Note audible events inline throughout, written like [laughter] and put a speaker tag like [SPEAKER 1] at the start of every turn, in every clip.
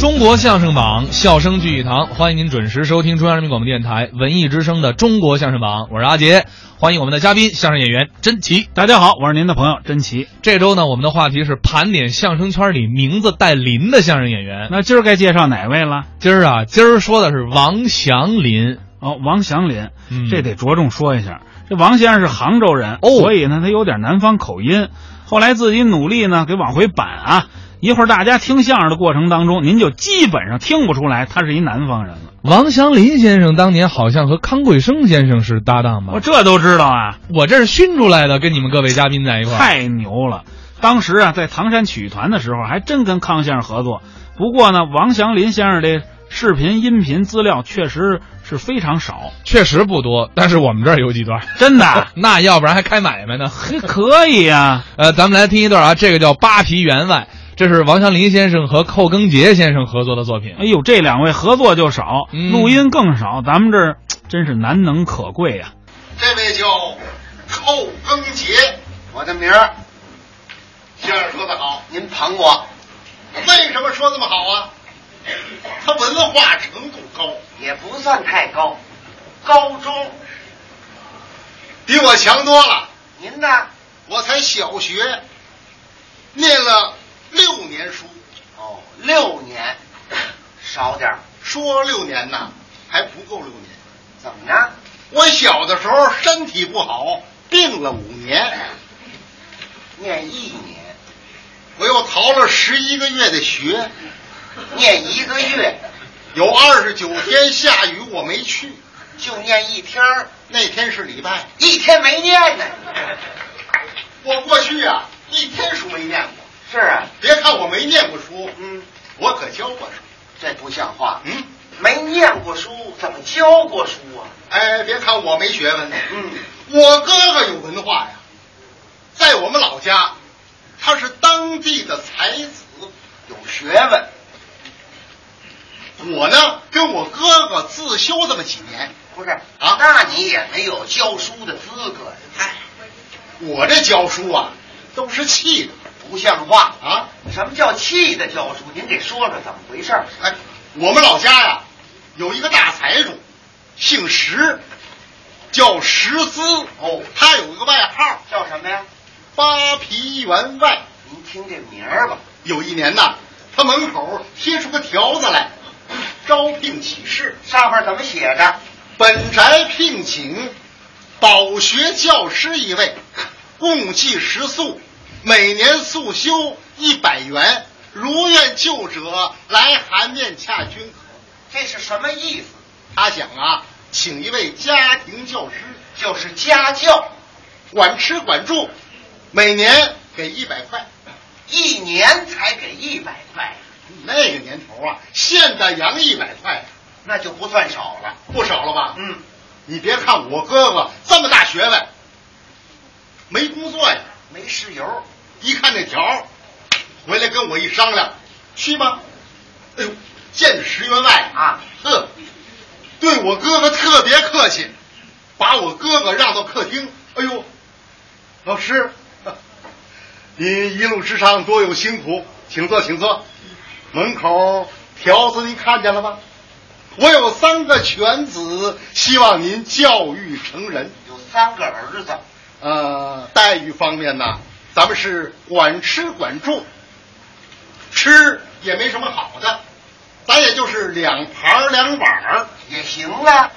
[SPEAKER 1] 中国相声榜，笑声聚一堂，欢迎您准时收听中央人民广播电台文艺之声的《中国相声榜》，我是阿杰，欢迎我们的嘉宾相声演员甄奇。
[SPEAKER 2] 大家好，我是您的朋友甄奇。
[SPEAKER 1] 这周呢，我们的话题是盘点相声圈里名字带“林”的相声演员。
[SPEAKER 2] 那今儿该介绍哪位了？
[SPEAKER 1] 今儿啊，今儿说的是王祥林，
[SPEAKER 2] 哦，王祥林，
[SPEAKER 1] 嗯
[SPEAKER 2] 这得着重说一下。这王先生是杭州人，
[SPEAKER 1] 哦
[SPEAKER 2] 所以呢，他有点南方口音。后来自己努力呢，给往回扳啊。一会儿大家听相声的过程当中，您就基本上听不出来他是一南方人了。
[SPEAKER 1] 王祥林先生当年好像和康贵生先生是搭档吧？
[SPEAKER 2] 我这都知道啊，
[SPEAKER 1] 我这是熏出来的，跟你们各位嘉宾在一块儿。
[SPEAKER 2] 太牛了！当时啊，在唐山曲艺团的时候，还真跟康先生合作。不过呢，王祥林先生的视频、音频资料确实是非常少，
[SPEAKER 1] 确实不多，但是我们这儿有几
[SPEAKER 2] [laughs]
[SPEAKER 1] 段，，
[SPEAKER 2] 真的啊
[SPEAKER 1] [laughs] 那要不然还开买卖呢。
[SPEAKER 2] 这可以呀、啊。
[SPEAKER 1] 呃，咱们来听一段啊，这个叫《扒皮员外》，这是王祥林先生和寇更杰先生合作的作品。
[SPEAKER 2] 哎呦，这两位合作就少，
[SPEAKER 1] 嗯
[SPEAKER 2] 录音更少，咱们这儿真是难能可贵啊呀、
[SPEAKER 3] 这位叫寇更杰，我的名儿。先生说的好，您捧我。为什么说那么好啊？他文化程度高，
[SPEAKER 4] 也不算太高，高中。
[SPEAKER 3] 比我强多了。
[SPEAKER 4] 您呢？
[SPEAKER 3] 我才小学，念了六年书，
[SPEAKER 4] 哦，六年，少点儿。
[SPEAKER 3] 说六年呐，还不够六年。
[SPEAKER 4] 怎么着？
[SPEAKER 3] 我小的时候身体不好，病了五年，
[SPEAKER 4] 念一年，
[SPEAKER 3] 我又逃了十一个月的学，
[SPEAKER 4] 念一个月，
[SPEAKER 3] 有二十九天下雨我没去，
[SPEAKER 4] 就念一天儿，
[SPEAKER 3] 那天是礼拜。
[SPEAKER 4] 一天没念呢。
[SPEAKER 3] 我过去啊，一天书没念过。
[SPEAKER 4] 是啊，
[SPEAKER 3] 别看我没念过书，
[SPEAKER 4] 嗯，
[SPEAKER 3] 我可教过书。
[SPEAKER 4] 这不像话。
[SPEAKER 3] 嗯，
[SPEAKER 4] 没念过书，怎么教过书啊？
[SPEAKER 3] 哎，别看我没学问，
[SPEAKER 4] 嗯，
[SPEAKER 3] 我哥哥有文化呀，在我们老家，他是当地的才子，有学问。我呢，跟我哥哥自修这么几年，
[SPEAKER 4] 不是
[SPEAKER 3] 啊
[SPEAKER 4] 那你也没有教书的资格呀。嗨，
[SPEAKER 3] 我这教书啊，都是气的
[SPEAKER 4] 不像话！
[SPEAKER 3] 啊。
[SPEAKER 4] 什么叫气的教书？您得说说怎么回事儿。
[SPEAKER 3] 哎，我们老家呀，有一个大财主，姓石，叫石资。哦，他有一个外号
[SPEAKER 4] 叫什么呀？
[SPEAKER 3] “扒皮员外
[SPEAKER 4] 您听这名儿吧。”。
[SPEAKER 3] 有一年呐，他门口贴出个条子来，招聘启事，
[SPEAKER 4] 上面怎么写着？
[SPEAKER 3] 本宅聘请饱学教师一位，共计食宿，每年速修一百元，如愿就者来函面洽均可。
[SPEAKER 4] 这是什么意思？
[SPEAKER 3] 他想啊，请一位家庭教师，
[SPEAKER 4] 就是家教，
[SPEAKER 3] 管吃管住，每年给一百块。
[SPEAKER 4] 一年才给一百块，
[SPEAKER 3] 那个年头啊，现大洋一百块
[SPEAKER 4] 那就不算少了。
[SPEAKER 3] 不少了吧？
[SPEAKER 4] 嗯，
[SPEAKER 3] 你别看我哥哥这么大学问，没工作呀。
[SPEAKER 4] 没石油，
[SPEAKER 3] 一看那条儿，回来跟我一商量，去吧。哎呦，见石员外
[SPEAKER 4] 啊，
[SPEAKER 3] 呵，对我哥哥特别客气，把我哥哥让到客厅。哎呦，老师，呵您一路之上多有辛苦，请坐，请坐。门口条子您看见了吧？我有三个犬子，希望您教育成人。
[SPEAKER 4] 有三个儿子，
[SPEAKER 3] 呃，待遇方面呢，咱们是管吃管住，吃也没什么好的，咱也就是两盘儿两碗儿。
[SPEAKER 4] 也行啊。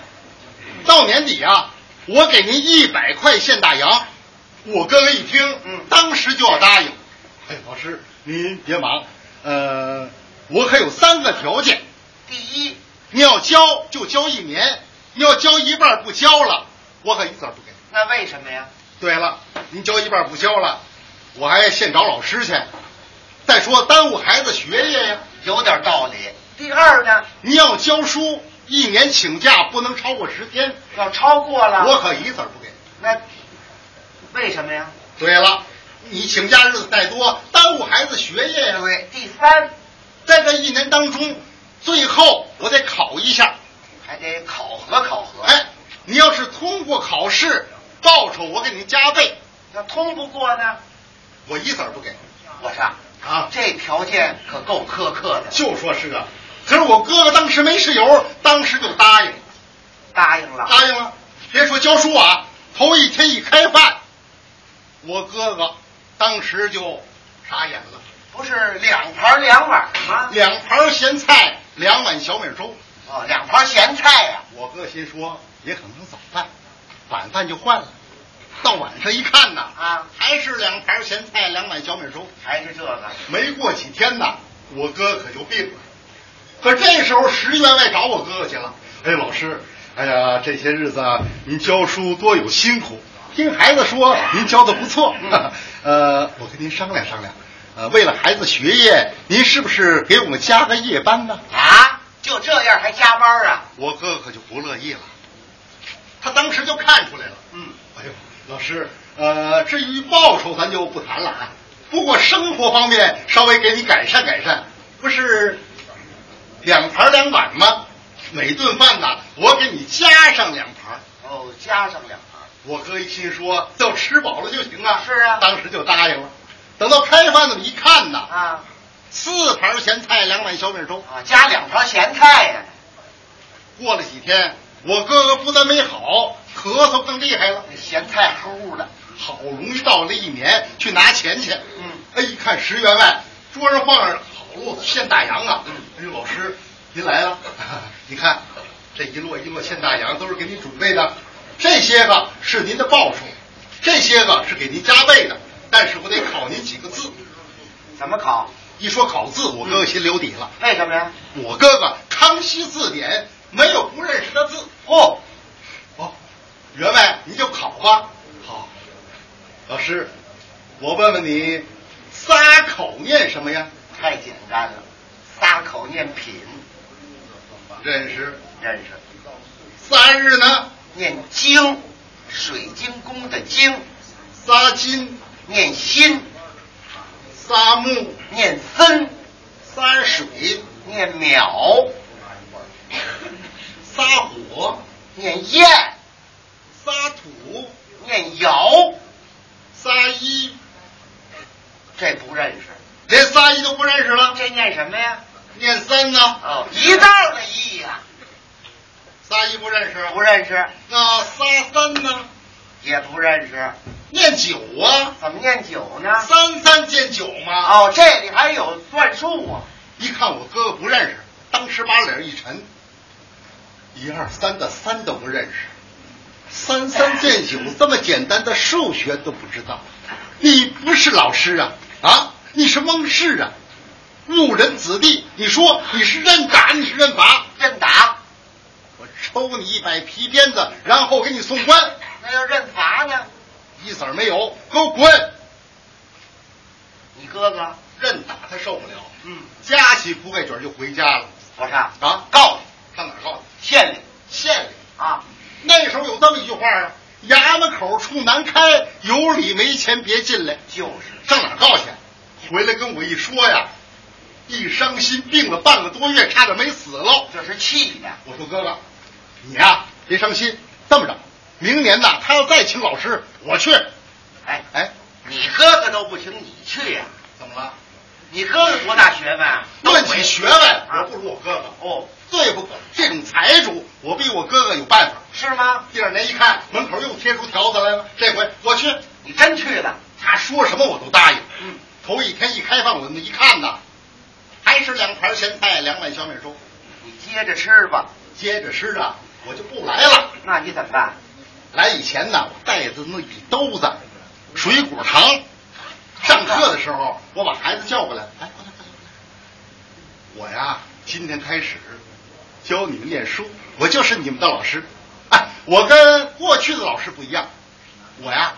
[SPEAKER 3] 到年底啊，我给您一百块现大洋。我哥哥一听，
[SPEAKER 4] 嗯
[SPEAKER 3] 当时就要答应。哎，老师，您别忙，呃，我可有三个条件，
[SPEAKER 4] 第一，
[SPEAKER 3] 你要交就交一年，你要交一半儿不交了，我可一子儿不给。
[SPEAKER 4] 那为什么呀？
[SPEAKER 3] 对了，您交一半不交了，我还现找老师去。再说耽误孩子学业呀，
[SPEAKER 4] 有点道理。第二呢，
[SPEAKER 3] 您要教书，一年请假不能超过十天，
[SPEAKER 4] 要超过了，
[SPEAKER 3] 我可一子儿不给。
[SPEAKER 4] 那为什么呀？
[SPEAKER 3] 对了，你请假日子太多，耽误孩子学业呀。
[SPEAKER 4] 对，第三
[SPEAKER 3] 在这一年当中，最后我得考一下。
[SPEAKER 4] 还得考核考核。，
[SPEAKER 3] 哎，你要是通过考试，报酬我给您加倍，
[SPEAKER 4] 要通不过呢？
[SPEAKER 3] 我一子儿不给
[SPEAKER 4] 我说
[SPEAKER 3] 啊。
[SPEAKER 4] 这条件可够苛刻的。
[SPEAKER 3] 就说是啊，可是我哥哥当时没事由，当时就答应了，
[SPEAKER 4] 答应了。
[SPEAKER 3] 答应了。别说教书啊，头一天一开饭，我哥哥当时就傻眼了，
[SPEAKER 4] 不是两盘两碗吗？
[SPEAKER 3] 两盘咸菜，两碗小米粥。
[SPEAKER 4] 哦，两盘咸菜啊呀、
[SPEAKER 3] 我哥心说，也可能是早饭，晚饭就换了。到晚上一看呐，
[SPEAKER 4] 啊
[SPEAKER 3] 还是两盘咸菜，两碗小米粥。
[SPEAKER 4] 还是这个。
[SPEAKER 3] 没过几天呐，我哥可就病了。可这时候石员外找我哥哥去了。哎，老师，哎呀，这些日子啊，您教书多有辛苦。听孩子说您教的不错， [laughs] 呃，我跟您商量商量，呃，为了孩子学业，您是不是给我们加个夜班呢？
[SPEAKER 4] 啊，就这样还加班啊？
[SPEAKER 3] 我哥哥可就不乐意了，他当时就看出来了。
[SPEAKER 4] 嗯，
[SPEAKER 3] 哎呦，老师，呃，至于报酬咱就不谈了啊，不过生活方面稍微给你改善改善，不是两盘两碗吗？每顿饭呐，我给你加上两盘。
[SPEAKER 4] 哦，加上两盘。
[SPEAKER 3] 我哥一心说，就吃饱了就行啊。
[SPEAKER 4] 是啊
[SPEAKER 3] 当时就答应了。等到开饭那么一看呐，
[SPEAKER 4] 啊
[SPEAKER 3] 四盘咸菜，两碗小米粥。
[SPEAKER 4] 啊，加两盘咸菜呀、
[SPEAKER 3] 过了几天，我哥哥不但没好，咳嗽更厉害了。
[SPEAKER 4] 那咸菜齁的。
[SPEAKER 3] 好容易到了一年，去拿钱去。
[SPEAKER 4] 嗯，
[SPEAKER 3] 哎，一看十员外桌上放着好摞子现大洋啊。
[SPEAKER 4] 嗯，
[SPEAKER 3] 哎呦，老师您来了， [laughs] 你看这一摞一摞现大洋都是给您准备的，这些个是您的报酬，这些个是给您加倍的，但是我得考您几个字。
[SPEAKER 4] 怎么烤？
[SPEAKER 3] 一说考字，我哥哥心里有底了。
[SPEAKER 4] 为什么呀？
[SPEAKER 3] 我哥哥《康熙字典》没有不认识的字哦。哦，员外你就考吧。好，老师，我问问你，撒口念什么呀？
[SPEAKER 4] 太简单了，撒口念品，
[SPEAKER 3] 认识。
[SPEAKER 4] 认识。
[SPEAKER 3] 撒日呢？
[SPEAKER 4] 念经，水晶宫的晶，
[SPEAKER 3] 撒金，
[SPEAKER 4] 念心，
[SPEAKER 3] 撒木，
[SPEAKER 4] 念分，
[SPEAKER 3] 撒水，
[SPEAKER 4] 念秒，
[SPEAKER 3] 撒火，
[SPEAKER 4] 念焰，
[SPEAKER 3] 撒土，
[SPEAKER 4] 念爻，
[SPEAKER 3] 撒一，
[SPEAKER 4] 这不认识。
[SPEAKER 3] 连撒一都不认识了。
[SPEAKER 4] 这念什么呀？
[SPEAKER 3] 念三呢？
[SPEAKER 4] 哦，一道的一呀、
[SPEAKER 3] 撒一不认识。
[SPEAKER 4] 不认识，
[SPEAKER 3] 那撒三呢？
[SPEAKER 4] 也不认识。
[SPEAKER 3] 念九啊，
[SPEAKER 4] 怎么念九呢？
[SPEAKER 3] 三三见九嘛。
[SPEAKER 4] 哦，这里还有算术啊。
[SPEAKER 3] 一看我哥哥不认识，当时把脸一沉，一二三的三都不认识，三三见九这么简单的数学都不知道，你不是老师啊啊，你是翁氏啊，误人子弟，你说你是认打你是认罚，
[SPEAKER 4] 认打，
[SPEAKER 3] 我抽你一百皮鞭子，然后给你送官，
[SPEAKER 4] 那要认罚呢？
[SPEAKER 3] 一子儿没有，给我滚！
[SPEAKER 4] 你哥哥，
[SPEAKER 3] 认打他受不了，
[SPEAKER 4] 嗯，
[SPEAKER 3] 夹起铺盖卷就回家了
[SPEAKER 4] 我上
[SPEAKER 3] 啊！
[SPEAKER 4] 告你，
[SPEAKER 3] 上哪儿告你？
[SPEAKER 4] 县里
[SPEAKER 3] 县里。
[SPEAKER 4] 啊，
[SPEAKER 3] 那时候有这么一句话啊：“衙门口处难开，有理没钱别进来。
[SPEAKER 4] 就是”
[SPEAKER 3] 上哪儿告去？回来跟我一说呀，一伤心，病了半个多月，差点没死了。
[SPEAKER 4] 这是气的。
[SPEAKER 3] 我说哥哥，你呀、别伤心，这么着，明年呐，他要再请老师，我去。
[SPEAKER 4] 哎，
[SPEAKER 3] 哎，
[SPEAKER 4] 你哥哥都不请你去呀、
[SPEAKER 3] 怎么了？
[SPEAKER 4] 你哥哥多大学问啊？
[SPEAKER 3] 论起学问，我
[SPEAKER 4] 啊
[SPEAKER 3] 不如我哥哥。
[SPEAKER 4] 哦，
[SPEAKER 3] 最不这种财主，我比我哥哥有办法。
[SPEAKER 4] 是吗？
[SPEAKER 3] 第二年一看，门口又贴出条子来了，这回我去。
[SPEAKER 4] 你真去了？
[SPEAKER 3] 他说什么我都答应。
[SPEAKER 4] 嗯，
[SPEAKER 3] 头一天一开饭，我那么一看呐，还是两盘咸菜，两碗小米粥。
[SPEAKER 4] 你接着吃吧。
[SPEAKER 3] 接着吃啊，我就不来了。
[SPEAKER 4] 那你怎么办？
[SPEAKER 3] 来以前呢，我带着那一兜子水果糖。上课的时候，我把孩子叫过来，来，过来，过来，过来。我呀，今天开始教你们念书，我就是你们的老师。哎，我跟过去的老师不一样，我呀，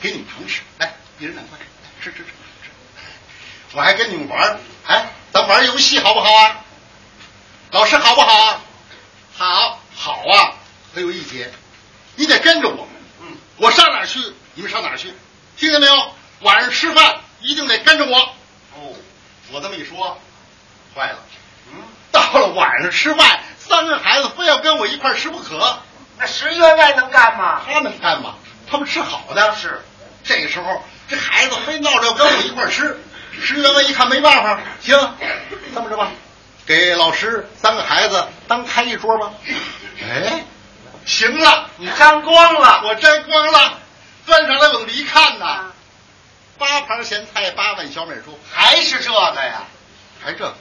[SPEAKER 3] 给你们糖吃，来，一人两块，吃吃吃吃。我还跟你们玩儿，哎，咱玩儿游戏好不好啊？老师好不好啊？好，好啊。还有一节，你得跟着我们。
[SPEAKER 4] 嗯，
[SPEAKER 3] 我上哪儿去，你们上哪儿去，听见没有？晚上吃饭一定得跟着我。
[SPEAKER 4] 哦，
[SPEAKER 3] 我这么一说，坏了，
[SPEAKER 4] 嗯，
[SPEAKER 3] 到了晚上吃饭，三个孩子非要跟我一块儿吃不可，
[SPEAKER 4] 那十员外能干吗？
[SPEAKER 3] 他们干嘛？他们吃好的。是，这个时候这孩子非闹着要跟我一块儿吃，石员外一看没办法，行，这么着吧，给老师三个孩子单开一桌吧。哎，行了，
[SPEAKER 4] 你沾光了，啊
[SPEAKER 3] 我沾光了，端上来往这一看呐，八盘咸菜，八碗小米粥，
[SPEAKER 4] 还是这个呀？
[SPEAKER 3] 还这个，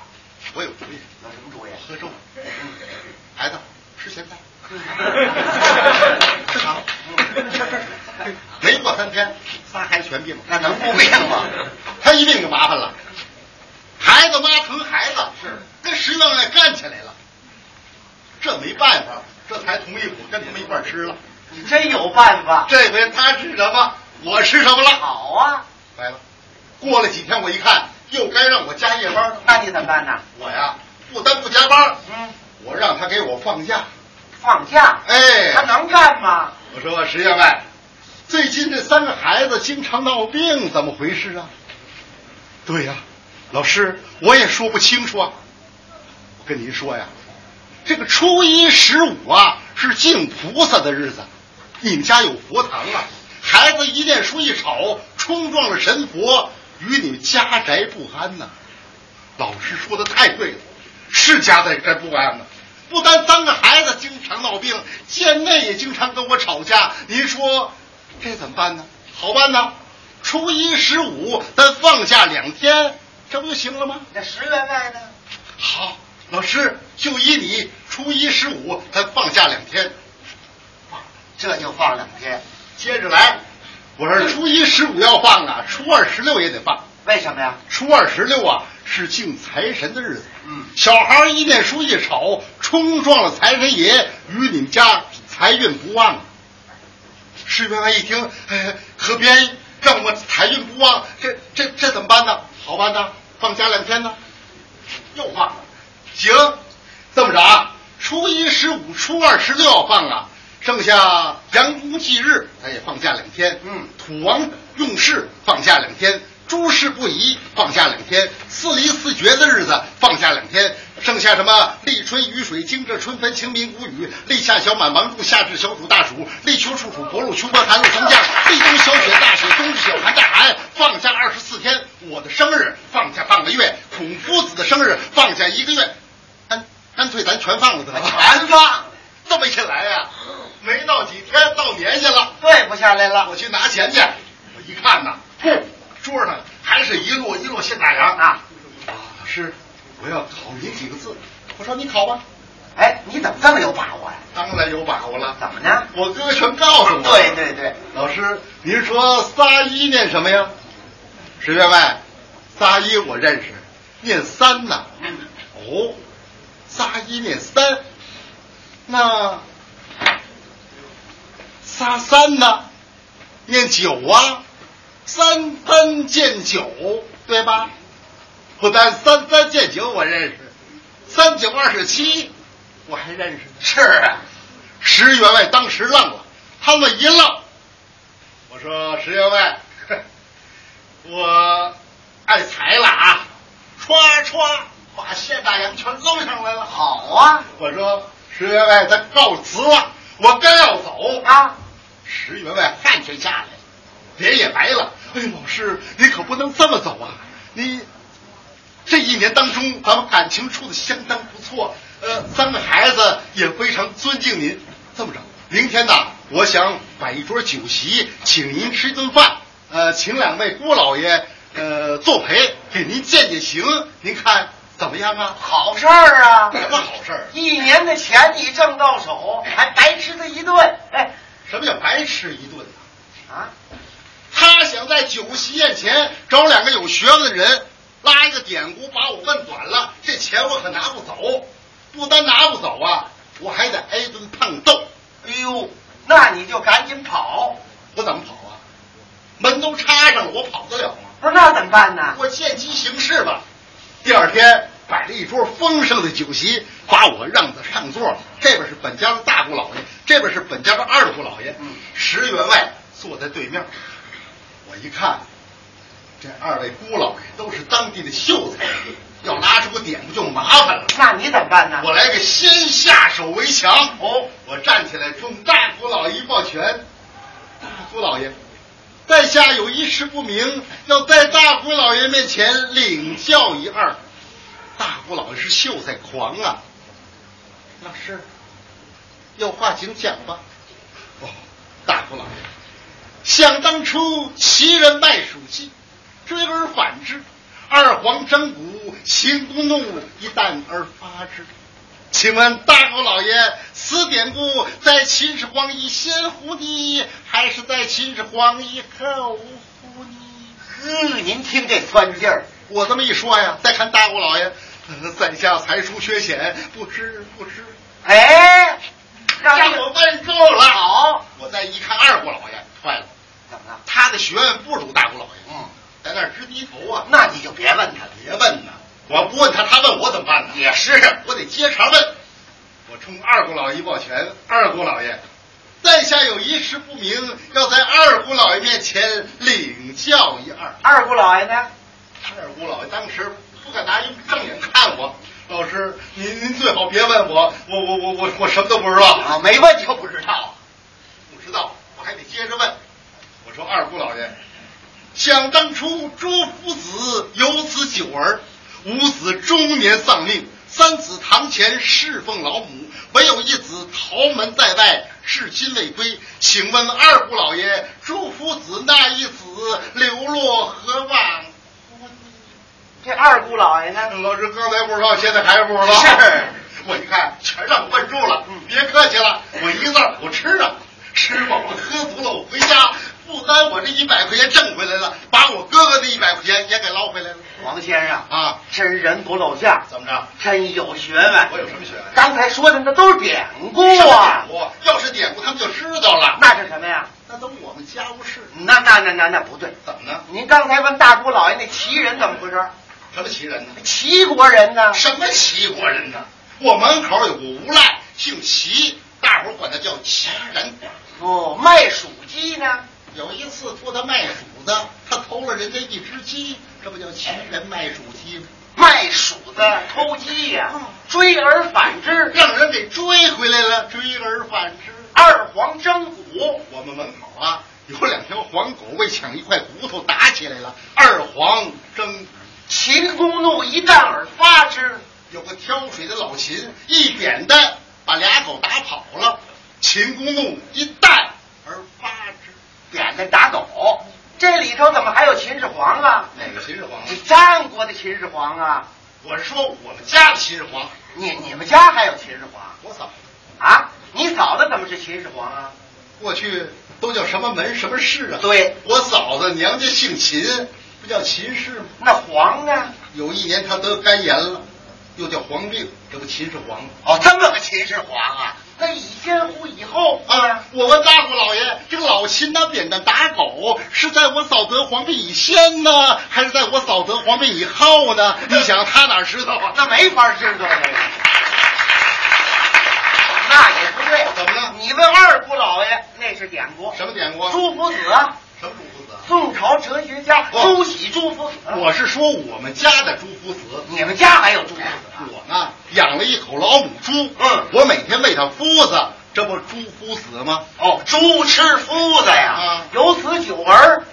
[SPEAKER 3] 我有主意，
[SPEAKER 4] 有什么主意？嗯
[SPEAKER 3] 喝粥。孩子吃咸菜，吃糖
[SPEAKER 4] 嗯。
[SPEAKER 3] [laughs] 没过三天，仨孩子全病了，
[SPEAKER 4] 那能不病吗？
[SPEAKER 3] 他一病就麻烦了，孩子妈疼孩子，是跟十万外干起来了。这没办法，这才同意我跟他们一块儿吃了。
[SPEAKER 4] 你真有办法。
[SPEAKER 3] 这回他吃什么，我吃什么了。
[SPEAKER 4] 好啊，
[SPEAKER 3] 来了，过了几天我一看，又该让我加夜班了。
[SPEAKER 4] 那你怎么办呢？
[SPEAKER 3] 我呀，不单不加班，
[SPEAKER 4] 嗯，
[SPEAKER 3] 我让他给我放假。
[SPEAKER 4] 放假，
[SPEAKER 3] 哎，
[SPEAKER 4] 他能干吗？
[SPEAKER 3] 我说石员外，最近这三个孩子经常闹病，怎么回事啊？对呀、老师，我也说不清楚啊。我跟您说呀，这个初一十五啊是敬菩萨的日子，你们家有佛堂啊，孩子一念书一吵，冲撞了神佛，与你们家宅不安呐、老师说的太对了，是家在这不安呢。不单三个孩子经常闹病，县内也经常跟我吵架。您说这怎么办呢？好办呐，初一十五咱放假两天，这不就行了吗？
[SPEAKER 4] 那十员外呢？
[SPEAKER 3] 好，老师就依你，初一十五咱放假两天。
[SPEAKER 4] 这就放两天，
[SPEAKER 3] 接着来，我说初一十五要放啊，初二十六也得放。
[SPEAKER 4] 为什么呀？
[SPEAKER 3] 初二十六啊是敬财神的日子，
[SPEAKER 4] 嗯
[SPEAKER 3] 小孩儿一念书一吵，冲撞了财神爷，与你们家财运不旺。师员外一听，哎，可别让我财运不旺，这这这怎么办呢？好办呢，放假两天呢，又放了。行，这么着啊，初一十五、初二十六要放啊，剩下阳公祭日咱也放假两天，
[SPEAKER 4] 嗯
[SPEAKER 3] 土王用事放假两天，诸事不宜放假两天，四离四绝的日子放假两天，剩下什么立春雨水、惊蛰春分、清明谷雨、立夏小满、芒种、夏至小暑、大暑、立秋处暑、薄露、秋分、寒露、霜降、立冬小雪、大雪、冬至小寒、大寒，放假二十四天。我的生日放假半个月，孔夫子的生日放假一个月，干干脆咱全放了得了，[laughs]
[SPEAKER 4] 全放，
[SPEAKER 3] 这么一来
[SPEAKER 4] [laughs]
[SPEAKER 3] 呀、没闹几天到年下了。
[SPEAKER 4] 对不下来了。
[SPEAKER 3] 我去拿钱去。我一看呐，嚯， [laughs] 桌上还是一摞一摞现大洋
[SPEAKER 4] 啊！
[SPEAKER 3] 啊，老师，我要考您几个字。我说你考吧，
[SPEAKER 4] 哎，你怎么这么有把握呀？
[SPEAKER 3] 当然有把握了。
[SPEAKER 4] 怎么呢？
[SPEAKER 3] 我哥全告诉我。
[SPEAKER 4] 对，对对，
[SPEAKER 3] 老师，您说仨一念什么呀？石员外，仨一我认识，念三呐。
[SPEAKER 4] 嗯
[SPEAKER 3] 哦，仨一念三，那仨三呢？念九啊，三三见九，对吧？不但三三见九我认识，三九二十七我还认识。是啊，石员外当时愣了，他们一愣。我说石员外，我爱财了啊！歘歘，把现大洋全搂上来了。
[SPEAKER 4] 好啊
[SPEAKER 3] 我说石员外，咱告辞了，我刚要走，
[SPEAKER 4] 啊！
[SPEAKER 3] 石员外汗全下来了，脸也白了。哎呦，老师，你可不能这么走啊！你这一年当中，咱们感情处的相当不错，呃，三个孩子也非常尊敬您。这么着，明天呐，我想摆一桌酒席，请您吃一顿饭，呃，请两位郭老爷呃作陪，给您践践行，您看怎么样啊？
[SPEAKER 4] 好事儿啊！
[SPEAKER 3] 什么好事儿
[SPEAKER 4] 一年的钱你挣到手，还白吃他一顿。哎，
[SPEAKER 3] 什么叫白吃一顿啊？
[SPEAKER 4] 啊，
[SPEAKER 3] 他想在酒席宴前找两个有学问的人拉一个典故，把我问短了，这钱我可拿不走。不单拿不走啊，我还得挨顿胖揍。
[SPEAKER 4] 哎呦，那你就赶紧跑。
[SPEAKER 3] 我怎么跑啊？门都插上了，我跑得了吗？
[SPEAKER 4] 不是那怎么办呢？
[SPEAKER 3] 我见机行事吧。第二天摆了一桌丰盛的酒席，把我让到上座。这边是本家的大姑老爷，这边是本家的二姑老爷，
[SPEAKER 4] 嗯
[SPEAKER 3] 石员外坐在对面。我一看，这二位姑老爷都是当地的秀才，要拉出个典故就麻烦了。
[SPEAKER 4] 那你怎么办呢？
[SPEAKER 3] 我来个先下手为强。哦，我站起来冲大姑老爷一抱拳，大姑老爷，在下有一事不明，要在大姑老爷面前领教一二。大不老是秀才狂啊！老师，有话请讲吧。哦，大不老，想当初齐人卖蜀计，追而反之，二黄争骨，行不怒，一旦而发之。请问大姑老爷，此典故在秦始皇以先乎呢，还是在秦始皇以后乎呢？
[SPEAKER 4] 呵，您听这酸劲儿，
[SPEAKER 3] 我这么一说呀，再看大姑老爷，呃在下才疏学浅，不知不知，
[SPEAKER 4] 哎，让
[SPEAKER 3] 让
[SPEAKER 4] 这
[SPEAKER 3] 我
[SPEAKER 4] 个
[SPEAKER 3] 问够了。
[SPEAKER 4] 好，
[SPEAKER 3] 我再一看二姑老爷，坏了，
[SPEAKER 4] 怎么了？
[SPEAKER 3] 他的学问不如大姑老爷，
[SPEAKER 4] 嗯，
[SPEAKER 3] 在那儿直低头啊。
[SPEAKER 4] 那你就别问他了。
[SPEAKER 3] 别问呐，我不问他，他问我怎么办呢？也是，
[SPEAKER 4] 啊
[SPEAKER 3] 我得接茬问。我冲二姑老爷一抱拳，二姑老爷，在下有一事不明，要在二姑老爷面前领教一二。
[SPEAKER 4] 二姑老爷呢？
[SPEAKER 3] 二姑老爷当时不敢拿一正眼看我，老师，您您最好别问我，我我我我我什么都不知道，
[SPEAKER 4] 啊，没问就不知道。
[SPEAKER 3] 不知道，我还得接着问。我说二姑老爷，想当初朱夫子有子九儿，五子中年丧命，三子堂前侍奉老母，唯有一子逃门在外，至今未归。请问二姑老爷，朱夫子那一子流落何往？
[SPEAKER 4] 这二姑老爷呢？
[SPEAKER 3] 老师刚才不知道，现在还不知道。
[SPEAKER 4] 是，
[SPEAKER 3] [laughs]
[SPEAKER 4] 嗯
[SPEAKER 3] 我一看全让我问住了。别客气了，我一个字儿我吃了，吃饱了喝足了，我回家不单我这一百块钱挣回来了，把我哥哥的一百块钱也给捞回来了。
[SPEAKER 4] 王先生，
[SPEAKER 3] 啊，
[SPEAKER 4] 真人不露相，
[SPEAKER 3] 怎么着？
[SPEAKER 4] 真有学问。
[SPEAKER 3] 我有什么学问
[SPEAKER 4] 刚才说的那都是典故
[SPEAKER 3] 上
[SPEAKER 4] 啊
[SPEAKER 3] 典，故，要是典故他们就知道了。
[SPEAKER 4] 那是什么呀？
[SPEAKER 3] 那都我们家务事，
[SPEAKER 4] 那那那那那不对。
[SPEAKER 3] 怎么呢？
[SPEAKER 4] 您刚才问大姑老爷那齐人怎么回事？
[SPEAKER 3] 什么奇人呢？
[SPEAKER 4] 齐国人呢？
[SPEAKER 3] 什么齐国人呢？我门口有个无赖，姓齐，大伙儿管他叫齐人。
[SPEAKER 4] 不哦卖蜀鸡呢？
[SPEAKER 3] 有一次托他卖鼠子，他偷了人家一只鸡，这不叫齐人卖鼠鸡吗？
[SPEAKER 4] 卖鼠子偷鸡呀、追而反之，
[SPEAKER 3] 让人给追回来了，追而反之。
[SPEAKER 4] 二黄争骨。
[SPEAKER 3] 我们门口啊，有两条黄狗为抢一块骨头打起来了，二黄争。
[SPEAKER 4] 秦公怒，一战而发之。
[SPEAKER 3] 有个挑水的老秦一扁担把俩狗打跑了，秦公怒一旦而发之。
[SPEAKER 4] 扁担打狗，这里头怎么还有秦始皇啊？
[SPEAKER 3] 哪个秦始皇？
[SPEAKER 4] 你战国的秦始皇啊？
[SPEAKER 3] 我是说我们家的秦始皇。
[SPEAKER 4] 你你们家还有秦始皇
[SPEAKER 3] 我嫂子
[SPEAKER 4] 啊？你嫂子怎么是秦始皇啊？
[SPEAKER 3] 过去都叫什么门什么氏啊？
[SPEAKER 4] 对，
[SPEAKER 3] 我嫂子娘家姓秦，不叫秦氏吗？
[SPEAKER 4] 那皇呢？
[SPEAKER 3] 有一年她得肝炎了，又叫黄病，这不秦始皇吗？
[SPEAKER 4] 哦，这么个秦始皇啊？那以先乎以后
[SPEAKER 3] 啊！我问大夫老爷，这个老秦拿扁担打狗，是在我嫂得黄病以先呢，还是在我嫂得黄病以后呢？你想他哪知道啊？
[SPEAKER 4] 那没法知道这个。那也不对，
[SPEAKER 3] 怎么了
[SPEAKER 4] 你问二姑老爷，那是典故。
[SPEAKER 3] 什么典故？
[SPEAKER 4] 朱夫子啊，
[SPEAKER 3] 什么朱夫子啊？
[SPEAKER 4] 宋朝哲学家
[SPEAKER 3] 哦
[SPEAKER 4] 朱熹朱夫子。
[SPEAKER 3] 我是说我们家的朱夫子。
[SPEAKER 4] 你们家还有朱夫子？啊
[SPEAKER 3] 我呢养了一口老母猪，
[SPEAKER 4] 嗯
[SPEAKER 3] 我每天喂它麸子，这不猪麸死吗？
[SPEAKER 4] 哦，猪吃夫子呀
[SPEAKER 3] 啊，
[SPEAKER 4] 有此九儿。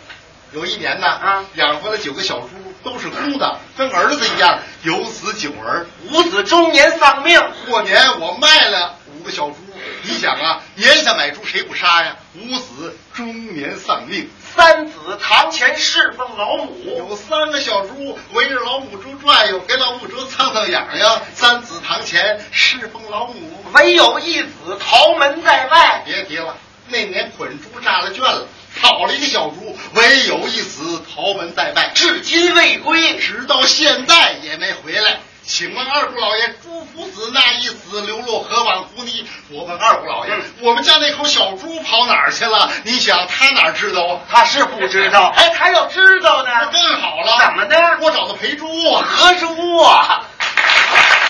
[SPEAKER 3] 有一年呢，
[SPEAKER 4] 啊
[SPEAKER 3] 养活了九个小猪，都是公的，跟儿子一样，有子九儿。
[SPEAKER 4] 五子中年丧命，
[SPEAKER 3] 过年我卖了五个小猪，你想啊，年下买猪谁不杀呀？五子中年丧命，
[SPEAKER 4] 三子堂前侍奉老母，
[SPEAKER 3] 有三个小猪围着老母猪转悠，给老母猪蹭蹭痒痒。三子堂前侍奉老母，
[SPEAKER 4] 唯有一子逃门在外。
[SPEAKER 3] 别提了，那年捆猪炸了圈了，跑了一个小猪，唯有一死，逃门在外，至
[SPEAKER 4] 今未归，
[SPEAKER 3] 直到现在也没回来。请问二姑老爷，朱夫子那一死流落何往乎呢？我问二姑老
[SPEAKER 4] 嗯
[SPEAKER 3] 爷，我们家那口小猪跑哪儿去了？你想他哪儿知道啊？
[SPEAKER 4] 他是不知道。哎，他要知道
[SPEAKER 3] 那
[SPEAKER 4] 呢，
[SPEAKER 3] 更好了，
[SPEAKER 4] 怎么的 [laughs]
[SPEAKER 3] 我找到陪猪啊！
[SPEAKER 4] 何是物啊？